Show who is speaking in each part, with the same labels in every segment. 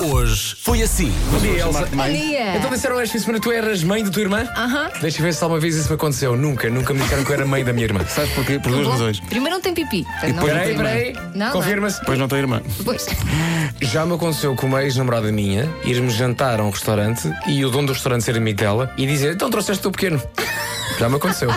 Speaker 1: Hoje foi assim.
Speaker 2: Bom dia, Elsa.
Speaker 3: Dia.
Speaker 2: Então disseram esta semana que tu eras mãe da tua irmã?
Speaker 3: É. Aham.
Speaker 2: Deixa eu ver se alguma vez isso me aconteceu. Nunca, nunca me disseram que eu era mãe da minha irmã.
Speaker 4: Sabes porquê? Por duas
Speaker 3: Bom,
Speaker 4: razões.
Speaker 3: Primeiro não tem pipi. Portanto, não
Speaker 4: depois-
Speaker 3: tem
Speaker 2: Peraí,
Speaker 3: irmã.
Speaker 2: peraí.
Speaker 3: Não,
Speaker 2: Confirma-se.
Speaker 4: Depois não tem irmã.
Speaker 3: Pois.
Speaker 2: Já me aconteceu com uma ex-namorada minha irmos jantar a um restaurante e o dono do restaurante ser amigo dela e dizer: Então trouxeste o teu pequeno. Já me aconteceu.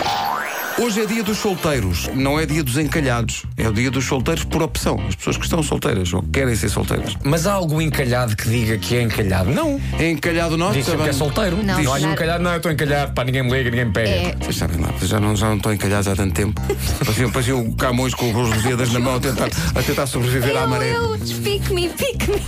Speaker 4: Hoje é dia dos solteiros, não é dia dos encalhados. É o dia dos solteiros por opção. As pessoas que estão solteiras ou que querem ser solteiras.
Speaker 2: Mas há algo encalhado que diga que é encalhado? Não.
Speaker 4: É encalhado nós
Speaker 2: Diz sempre
Speaker 4: também.
Speaker 2: que é solteiro.
Speaker 3: Não,
Speaker 2: Diz, olha,
Speaker 3: claro.
Speaker 2: encalhado, não, eu estou encalhado, pá, ninguém me liga, ninguém me pega.
Speaker 3: É.
Speaker 4: Vocês sabem lá, vocês já não, já não estão encalhados há tanto tempo. Pareciam, pareciam o Camões com os Lusíadas na mão a tentar, a tentar sobreviver à
Speaker 3: Eu,
Speaker 4: maré.
Speaker 3: eu, pique-me, pique-me.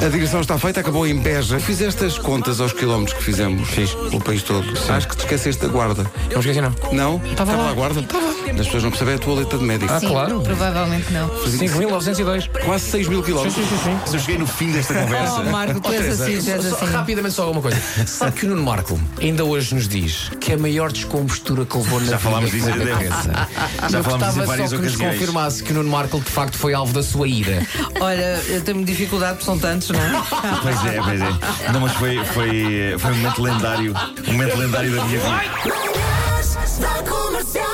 Speaker 4: A digressão está feita, acabou em Beja. Fizeste as contas aos quilómetros que fizemos? Fiz. Pelo país todo. Acho que te esqueceste da guarda.
Speaker 2: Não esqueci, não.
Speaker 4: Não? Estava
Speaker 2: lá.
Speaker 4: lá a guarda? Estava. As pessoas não percebem a tua letra de médico.
Speaker 2: Ah,
Speaker 3: Sim,
Speaker 2: claro.
Speaker 3: Provavelmente não.
Speaker 2: 5.902.
Speaker 4: Quase 6 mil quilómetros.
Speaker 1: Mas eu cheguei no fim desta conversa.
Speaker 3: Oh, Marco, tu és assim, tu és
Speaker 2: Só- só
Speaker 3: assim.
Speaker 2: Rapidamente só alguma coisa. Sabe que o Nuno Marco ainda hoje nos diz que a maior descompostura que levou na
Speaker 1: Já falámos
Speaker 2: vida foi
Speaker 1: disso,
Speaker 2: da
Speaker 1: é.
Speaker 2: cabeça.
Speaker 1: Já
Speaker 2: Eu
Speaker 1: falámos disso
Speaker 2: Ah, gostava
Speaker 1: em várias
Speaker 2: só que nos
Speaker 1: ocasiões.
Speaker 2: confirmasse que o Nuno Marco de facto foi alvo da sua ira.
Speaker 5: Olha, eu tenho dificuldade porque são tantos, não é?
Speaker 1: Pois é, pois é. Não, mas foi, foi, foi um momento lendário. Um momento lendário da minha vida.
Speaker 6: Manhãs da Comercial.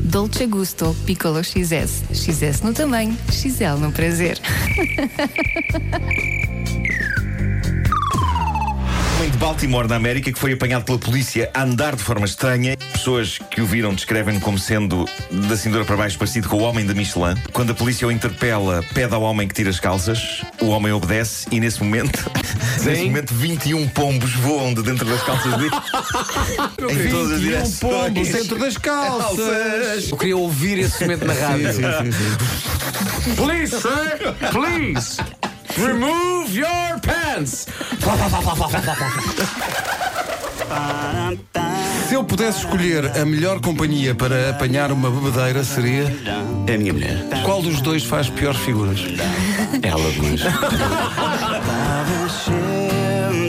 Speaker 3: Dolce Gusto Piccolo XS. XS no tamanho, XL no prazer.
Speaker 1: Um homem de Baltimore, na América, que foi apanhado pela polícia a andar de forma estranha. Pessoas que o viram descrevem-no como sendo da cintura para baixo parecido com o homem da Michelin. Quando a polícia o interpela, pede ao homem que tire as calças. O homem obedece e nesse momento, nesse momento 21 pombos voam de dentro das calças dele. em
Speaker 2: um
Speaker 1: todas as direções.
Speaker 4: é um pombo dentro das calças.
Speaker 2: Eu queria ouvir esse momento na rádio. Please, sir, please, remove your pants.
Speaker 4: Se eu pudesse escolher a melhor companhia para apanhar uma bebedeira seria.
Speaker 7: É a minha mulher.
Speaker 4: Qual dos dois faz piores figuras?
Speaker 7: Ela demais.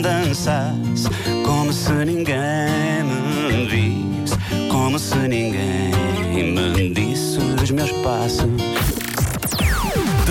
Speaker 7: danças como se ninguém me visse, como se ninguém me disse os meus passos.